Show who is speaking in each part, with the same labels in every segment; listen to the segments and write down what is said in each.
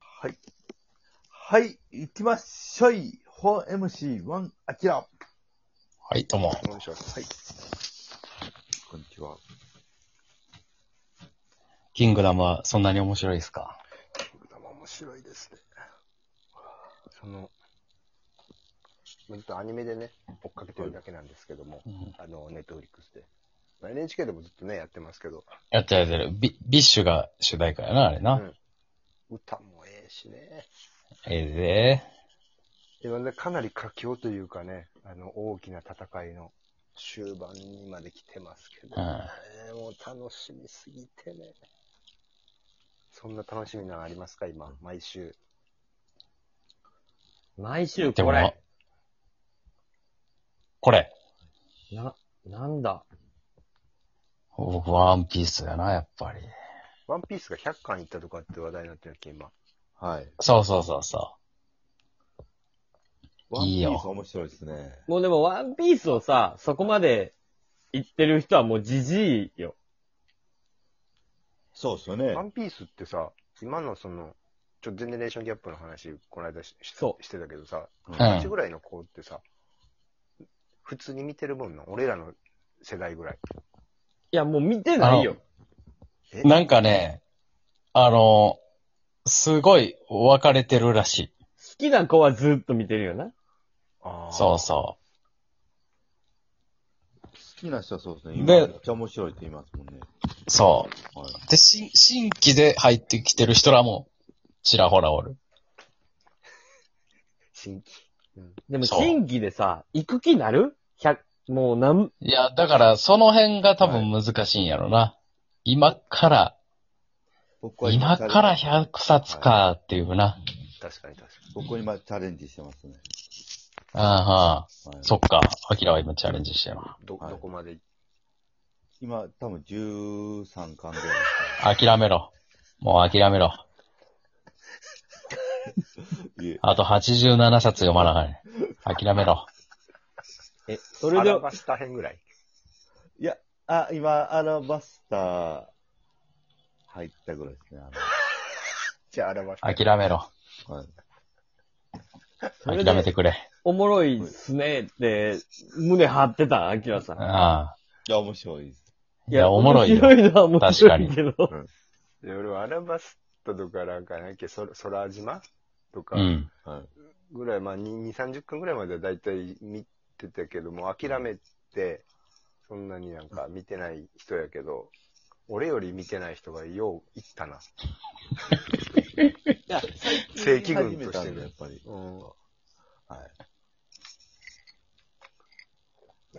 Speaker 1: はい。はい、行きましょい。4MC1 アキラ。
Speaker 2: はい、どうも。
Speaker 3: お願いします。
Speaker 1: はい。
Speaker 3: こんにちは。
Speaker 2: キングダムはそんなに面白いですか
Speaker 3: 面白いですね。その、ずっとアニメでね、追っかけてるだけなんですけども、
Speaker 2: うん
Speaker 3: あの、ネットフリックスで。まあ NHK でもずっとね、やってますけど、
Speaker 2: やってやってる。ビビッシュが主題歌やな、あれな。
Speaker 3: うん歌もええしね。
Speaker 2: え
Speaker 3: 今ね、かなり佳境というかね、あの、大きな戦いの終盤にまで来てますけど、
Speaker 2: うん
Speaker 3: ねもう楽しみすぎてね。そんな楽しみなのありますか、今、毎週。
Speaker 2: え
Speaker 4: 毎
Speaker 2: で。
Speaker 4: 週これ。
Speaker 2: これ。
Speaker 4: な、なんだ。
Speaker 2: 僕、ワンピースやな、やっぱり。
Speaker 3: ワンピースが100巻いったとかって話題になってるっけ、今。
Speaker 1: はい。
Speaker 2: そうそうそうそ
Speaker 1: ワン
Speaker 2: いい
Speaker 1: ピ
Speaker 2: よ
Speaker 1: ース面白いですね。
Speaker 4: もうでもワンピースをさ、そこまで言ってる人はもうじじいよ。
Speaker 1: そうですよね
Speaker 3: ワ。ンピースってさ、今のその、ちょっとジェネレーションギャップの話、この間しし
Speaker 4: そう
Speaker 3: してたけどさ、
Speaker 1: うん
Speaker 2: う。う
Speaker 3: うち
Speaker 2: ん。
Speaker 3: ぐらいの子ってさ、普通に見てるもんな、俺らの世代ぐらい。
Speaker 4: いや、もう見てないよ。
Speaker 3: え
Speaker 2: なんかね、あの、すごい分かれてるらしい。
Speaker 4: 好きな子はずっと見てるよな。
Speaker 3: あー
Speaker 2: そうそ
Speaker 1: 好きな人はそうですね。
Speaker 2: で
Speaker 1: 今めっちゃ面白いって言いますもんね。
Speaker 2: う。そ
Speaker 1: はい。
Speaker 2: う。で、新新規で入ってきてる人らも、ちらほらおる。
Speaker 3: 新規。
Speaker 4: でも
Speaker 2: そう
Speaker 4: 新規でさ、行く気なる百もうなん、
Speaker 2: いや、だから、その辺が多分難しいんやろな。今から、
Speaker 1: 僕
Speaker 2: 今から
Speaker 1: チャレン
Speaker 2: 100冊かっていうな。
Speaker 3: 確かに確かに。
Speaker 1: 僕は今チャレンジしてますね。
Speaker 2: ああ、
Speaker 1: はい、
Speaker 2: そっか。アキラは今チャレンジしてるな。
Speaker 3: ど、
Speaker 1: はい
Speaker 3: どこまで
Speaker 1: 今、多分13巻ぐらい
Speaker 2: 諦めろ。もう諦めろ。
Speaker 1: ですね。いえ
Speaker 2: あと87冊読まなあかん。諦めろ。
Speaker 4: え、それで
Speaker 3: アラ、バスタ編ぐらい。
Speaker 1: あ、今、アラバスター入ったぐらいですね。
Speaker 3: じゃあ、アラバスタ。
Speaker 2: 諦めろ。
Speaker 1: あのはい
Speaker 4: それ
Speaker 2: 諦めて
Speaker 4: で、
Speaker 2: くれ。
Speaker 4: おもろいっすねって、胸張ってた、アキラさん。
Speaker 2: ああ。
Speaker 1: いや、面白いです。
Speaker 2: いや、おもろいよ。
Speaker 4: 面白いのは面白いけど。
Speaker 3: で俺はアラバスタとかなんか、なんけ、そ空島とか
Speaker 2: う、ん。
Speaker 1: はい。
Speaker 3: ぐらい、まあ、2、30分ぐらいまでは大体見てたけども、諦めて、そんなになんか見てない人やけど、俺より見てない人がよういっ たな。正規軍
Speaker 1: 始め
Speaker 3: として
Speaker 1: たんでや
Speaker 3: ね
Speaker 1: っ。ぱり。
Speaker 3: うん。
Speaker 1: はい。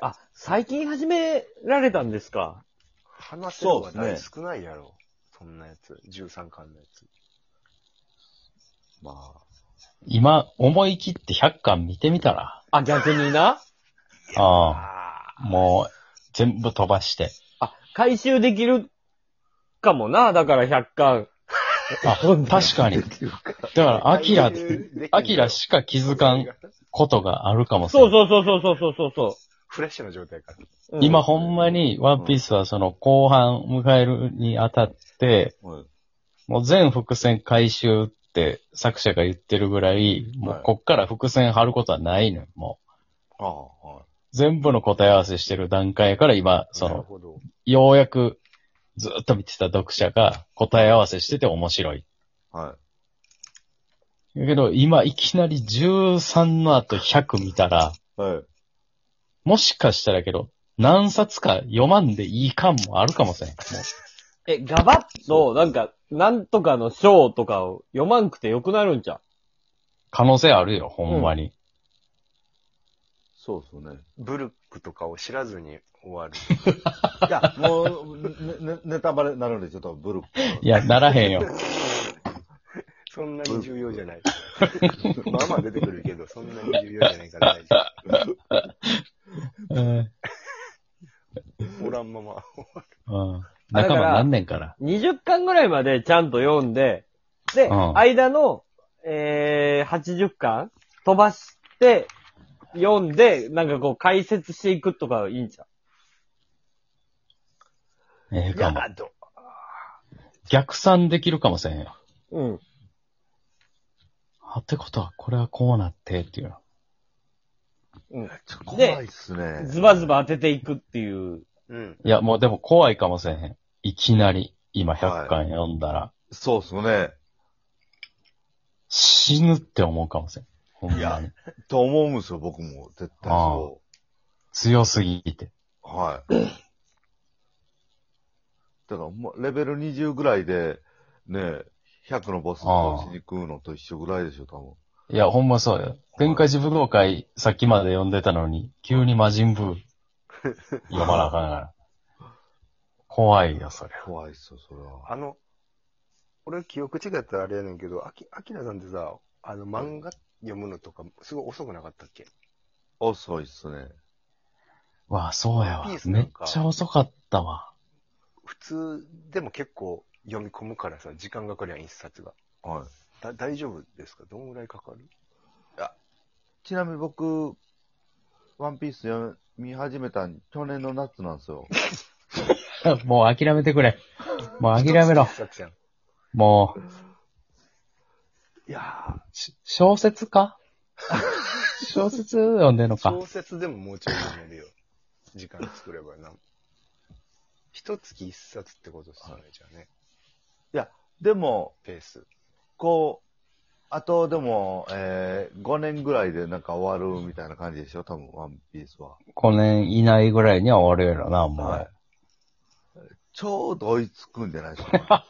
Speaker 4: あ、最近始められたんですか。
Speaker 3: 話せる話題少ないやろ。そんなやつ。13巻のやつ。
Speaker 1: まあ、
Speaker 2: 今、思い切って100巻見てみたら。
Speaker 4: あ、逆にな。
Speaker 2: あ
Speaker 3: ああ。
Speaker 2: あ。もう、全部飛ばして。
Speaker 4: あ、回収できるかもな。だから100巻。
Speaker 2: あ、確かに。だから、アキラ、アキラしか気づかんことがあるかもしれ
Speaker 4: そ
Speaker 2: な
Speaker 4: う
Speaker 2: い。
Speaker 4: そうそうそうそうそうそ
Speaker 3: フレッシュな状態から。
Speaker 4: う。うん
Speaker 2: 今ほんまにワンピースはその後半迎えるにあたって、
Speaker 1: はい。
Speaker 2: もう全伏線回収って作者が言ってるぐらい、もうこっから伏線張ることはないのよ。もう
Speaker 1: ああ、はい。
Speaker 2: 全部の答え合わせしてる段階から今、そ
Speaker 3: なる
Speaker 2: の、
Speaker 3: ほど。
Speaker 2: ようやくずっと見てた読者が答え合わせしてて面白い。
Speaker 1: はい。
Speaker 2: だけど今いきなり13の後100見たら、
Speaker 1: はい。
Speaker 2: もしかしたらやけど、何冊か読まんでいい感もあるかもしれん。もう
Speaker 4: え、ガバッと、なんか、なんとかの章とかを読まんくてよくなるんちゃう
Speaker 2: 可能性あるよ、ほんまに。
Speaker 1: そうですよね。
Speaker 3: ブルックとかを知らずに終わる。
Speaker 1: いや、もう、ねねネタバレになるんで、ちょっとブルック。
Speaker 2: いや、ならへんよ。
Speaker 3: そんなに重要じ ゃない。まあまあ出てくるけど、そんなに重要じゃないから大丈
Speaker 2: うん。
Speaker 3: 夫。おらんまま。
Speaker 2: うん
Speaker 4: だ
Speaker 2: 仲
Speaker 4: か
Speaker 2: 間
Speaker 4: ら
Speaker 2: 何年から。
Speaker 4: 20巻ぐらいまでちゃんと読んで、で、
Speaker 2: うん
Speaker 4: 間の、えー、80巻飛ばして、読んで、なんかこう解説していくとかがいいんちゃう
Speaker 2: ええ
Speaker 3: い
Speaker 2: か
Speaker 3: や
Speaker 2: も。
Speaker 3: ど
Speaker 2: 逆算できるかもしれんよ。
Speaker 4: うん。
Speaker 2: あ、ってことは、これはこうなってっていうの。
Speaker 4: うん。
Speaker 5: ちょっと怖いっすね。
Speaker 4: ズバズバ当てていくっていう。
Speaker 3: うん。
Speaker 2: いや、もうでも怖いかもしれへん。いきなり、今100巻読んだら、
Speaker 5: そうっすよね。
Speaker 2: 死ぬって思うかもしれん。ほん
Speaker 5: い
Speaker 2: ま
Speaker 5: や
Speaker 2: に。
Speaker 5: と思うんですよ、僕も。絶対そ
Speaker 2: 強すぎて。
Speaker 5: う。はい。だから、ま、レベル20ぐらいで、ね、100のボスを倒しに行くのと一緒ぐらいでしょ、多分。
Speaker 2: いや、ほんまそうよ。天下地武道会、さっきまで読んでたのに、急に魔人ブー、 読まなあかんから。怖いよ、それ。
Speaker 5: 怖いっすよ、それは。
Speaker 3: あの、俺記憶違ったらあれやねんけど、あき、あきらさんってさ、あの漫画読むのとか、すごい遅くなかったっけ
Speaker 5: 遅いっすね。
Speaker 2: わあ、そうやわ
Speaker 3: いいっ。すね
Speaker 2: めっちゃ遅かったわ。
Speaker 3: 普通でも結構読み込むからさ、時間がかかるやん、一冊が。
Speaker 5: はい。
Speaker 3: だ、大丈夫ですかどんぐらいかかる
Speaker 5: ちなみに僕、ワンピース読み始めたん去年の夏なんですよ。
Speaker 2: もう諦めてくれ。もう諦めろ
Speaker 3: 一。冊やん。
Speaker 2: もう、
Speaker 3: いや
Speaker 2: し小説 か小説読んでんの
Speaker 3: ー、
Speaker 2: か
Speaker 3: 小。説でももうちょい読めるよ。時間作ればな。一月一冊ってことですよね、じゃあね。
Speaker 5: でも、
Speaker 3: ペース。
Speaker 5: こう、あとでも、えー、5年ぐらいでなんか終わるみたいな感じでしょ、多分、ワンピースは。
Speaker 2: 5年以内ぐらいには終わるやろな、もう。
Speaker 5: はいちょうど追いつくんじゃないですか。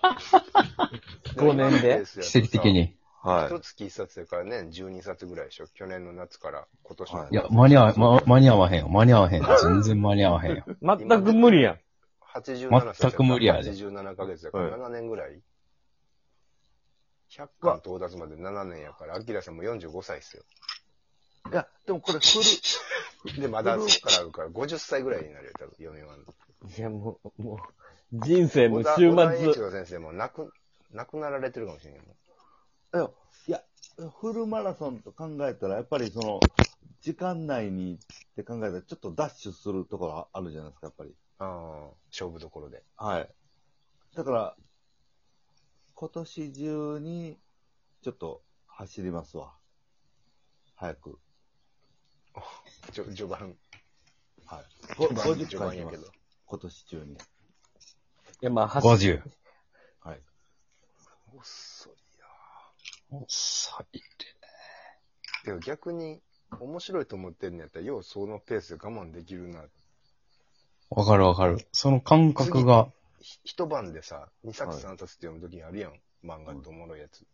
Speaker 4: 五年で
Speaker 2: 奇跡的。に。
Speaker 5: はい
Speaker 3: 一。月一冊やからね、12冊ぐらいでしょ。去年の夏から今年の
Speaker 5: はい
Speaker 2: いや、間に合わ、ま、間に合わへんよ。間に合わへんよ。
Speaker 3: あ
Speaker 2: 全然間に合わへん よ。
Speaker 4: 全く無理やん。
Speaker 3: 87
Speaker 2: 全く無理やで
Speaker 3: 87ヶ月やから、
Speaker 5: はい
Speaker 3: 7年ぐらい ?100 巻到達まで7年やから、アキラさんも45歳っすよ。
Speaker 5: いや、でもこれフル、
Speaker 3: で、まだそっからあるから、50歳ぐらいになるよ、多分、読み終わるの。
Speaker 4: いや、もう、もう、人生も
Speaker 3: 小
Speaker 4: う
Speaker 3: 田
Speaker 4: 週
Speaker 3: 小田栄一
Speaker 4: 末。
Speaker 3: 郎先生も亡く、亡くなられてるかもしれないも
Speaker 5: フルマラソンと考えたら、やっぱりその、時間内にって考えたら、ちょっとダッシュするところあるじゃないですか、やっぱり。
Speaker 3: ん。ああ、勝負どころで。
Speaker 5: はい。だから、今年中に、ちょっと走りますわ。早く。
Speaker 3: じょ序盤、
Speaker 5: はい。ご
Speaker 3: 序盤、
Speaker 5: 50
Speaker 3: 序
Speaker 5: 回
Speaker 3: 盤
Speaker 5: し
Speaker 3: や
Speaker 5: ま
Speaker 3: けど
Speaker 5: す。。今年中に。
Speaker 4: いや、まあ、走っ
Speaker 2: 50。
Speaker 5: はい。
Speaker 3: 遅いや
Speaker 2: 遅い
Speaker 3: でも逆に、面白いと思ってんのやったら、ようそのペースで我慢できるな。
Speaker 2: わかるわかる。その感覚が、
Speaker 3: ひ一晩でさ、2冊
Speaker 5: はい
Speaker 3: 3冊って読むときあるやん。漫画っておもろいやつ。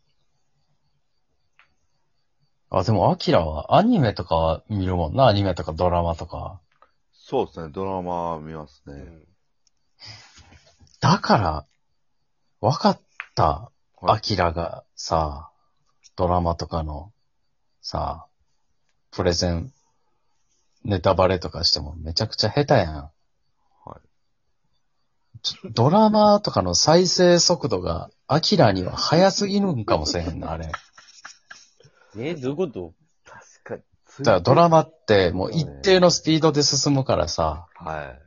Speaker 2: あ、でも、アキラはアニメとかは見るもんな。アニメとかドラマとか。
Speaker 5: そうですね、ドラマ見ます
Speaker 3: う
Speaker 5: ね。
Speaker 3: ん。
Speaker 2: だから、わかった。
Speaker 5: はい
Speaker 2: アキラがさ、ドラマとかの、さ、プレゼン、ネタバレとかしてもめちゃくちゃ下手やん。。
Speaker 5: はい
Speaker 2: ドラマとかの再生速度が、アキラには速すぎるんかもしれへんな、あれ。
Speaker 4: え、どういうこと
Speaker 5: 確かに。
Speaker 2: だからドラマってもう一定のスピードで進むからさ、
Speaker 5: はい。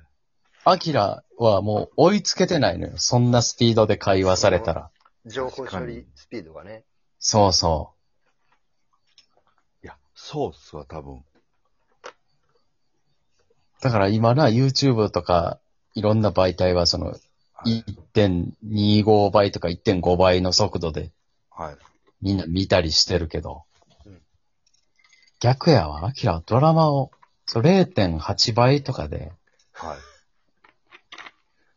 Speaker 2: アキラはもう追いつけてないのよ。そんなスピードで会話されたら。
Speaker 3: 情報
Speaker 5: 確
Speaker 3: 処
Speaker 5: か
Speaker 3: 理
Speaker 5: に
Speaker 3: スピードがね。
Speaker 2: そうそ
Speaker 5: いや、そうっすわ、多分。
Speaker 2: う。だから今な、YouTube とか、いろんな媒体はその、
Speaker 5: はい。
Speaker 2: 1.25倍とか1.5倍の速度で
Speaker 5: はい。
Speaker 2: みんな見たりしてるけど
Speaker 3: うん、
Speaker 2: 逆やわ、アキラはドラマを、そう0.8倍とかで、
Speaker 5: はい。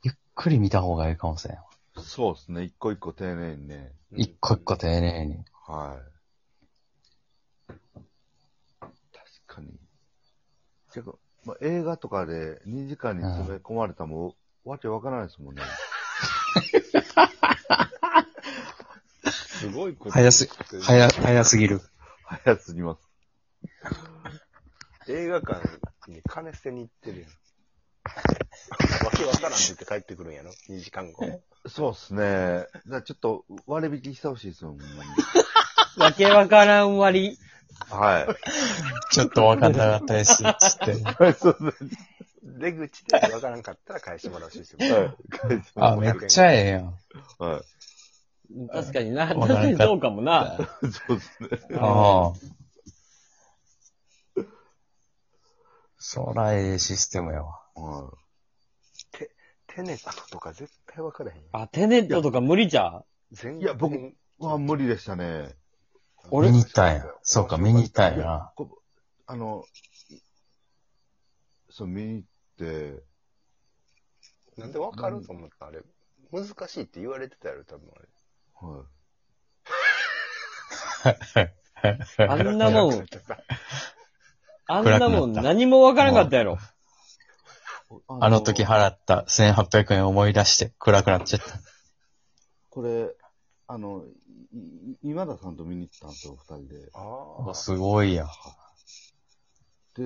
Speaker 2: ゆっくり見た方がいいかもしれんわ。
Speaker 5: そうっすね、一個一個丁寧にね。
Speaker 3: うん
Speaker 2: 一個一個丁寧に。
Speaker 5: はい。確かに。てか、まあ、映画とかで2時間に詰め込まれたも、わけわからないですもんね。
Speaker 3: すごいこと。
Speaker 2: 早す、早、早すぎる。
Speaker 5: 早すぎます。
Speaker 3: 映画館に金捨てに行ってるや ん。わけわからんって言って帰ってくるんやろ ?2 時間後。
Speaker 5: そうっすね。だからちょっと割引してほしいですよ、ほんまに
Speaker 4: わけわからん割。
Speaker 5: はい。
Speaker 2: ちょっとわかんなかったです、つって。
Speaker 5: そうですね。
Speaker 3: 出口で わからんかったら返してもらうしですよ。
Speaker 5: はい。
Speaker 2: あ、めっちゃええやん。
Speaker 5: はい。
Speaker 4: 確かにな。
Speaker 2: わか
Speaker 4: 確
Speaker 2: らんか
Speaker 4: かに そうかもな。
Speaker 5: そうですね。
Speaker 2: ああ。そらええシステムやわ。
Speaker 5: は
Speaker 3: テネットとか絶対分からへんよ。
Speaker 4: あ、テネットとか無理じゃん
Speaker 3: 全
Speaker 5: いや僕
Speaker 3: 然
Speaker 5: い。まあ、無理でしたね。
Speaker 4: 俺
Speaker 2: 見に行ったんや。そうか、見に行ったんや な。
Speaker 5: こあの、そう、見に行って、
Speaker 3: なんで分かると思ったあれ。難しいって言われてたやろ、多分あれ。
Speaker 5: はい。
Speaker 3: 暗く、なっちゃっ
Speaker 4: あんなもん
Speaker 3: た
Speaker 4: あんなもん何もわからんかったやろ。
Speaker 2: あの時払った1800円思い出して暗くなっちゃった。
Speaker 5: これ、あの、いい今田さんと見に行ったんですよ、二人で。
Speaker 3: ああ。
Speaker 2: すごいやん。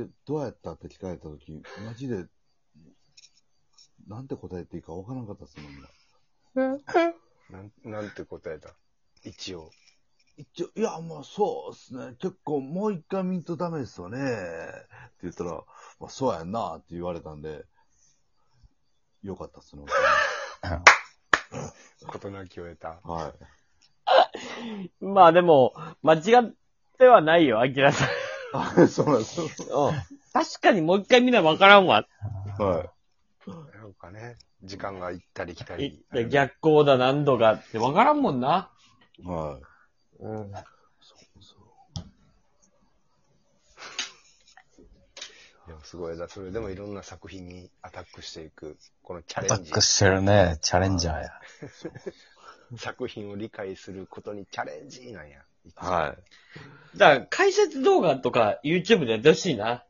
Speaker 5: で、どうやったって聞かれたとき、マジで、なんて答えていいか分からなかったっすもんね。
Speaker 3: なん、なんて答えた一応。
Speaker 5: 一応、いや、まあそうっすね。結構、もう一回見んとダメですよね。って言ったら、まあそうやんなって言われたんで、よかったっすね。
Speaker 3: 事なきを得た。
Speaker 5: は
Speaker 4: まあでも、間違ってはないよ、アキラさ ん。
Speaker 5: い。あそうなんです。
Speaker 4: 確かにもう一回見なわからんわ。
Speaker 5: は
Speaker 3: なんかね、時間が行ったり来た
Speaker 4: い
Speaker 3: り。
Speaker 4: や逆光だ何度かってわからんもんな。
Speaker 5: い。はい。
Speaker 4: うん。
Speaker 5: そうそう
Speaker 3: いやすごいだ。それでもいろんな作品にアタックしていく、このチ
Speaker 2: ア
Speaker 3: ャ
Speaker 2: タ
Speaker 3: レン
Speaker 2: ッ
Speaker 3: ジ
Speaker 2: ク。してるね。チャレンジャーや。
Speaker 3: 作品を理解することにチャレンジなんや。
Speaker 5: はい。
Speaker 4: だから解説動画とか YouTube でやってほしいな。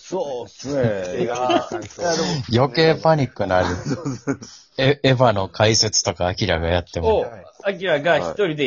Speaker 5: そうっす
Speaker 3: 映
Speaker 5: ね。い
Speaker 3: 画
Speaker 5: や、
Speaker 3: の感想
Speaker 2: 余計パニック なる。エエヴァの解説とかアキラがやっても
Speaker 4: を。、アキラが一人で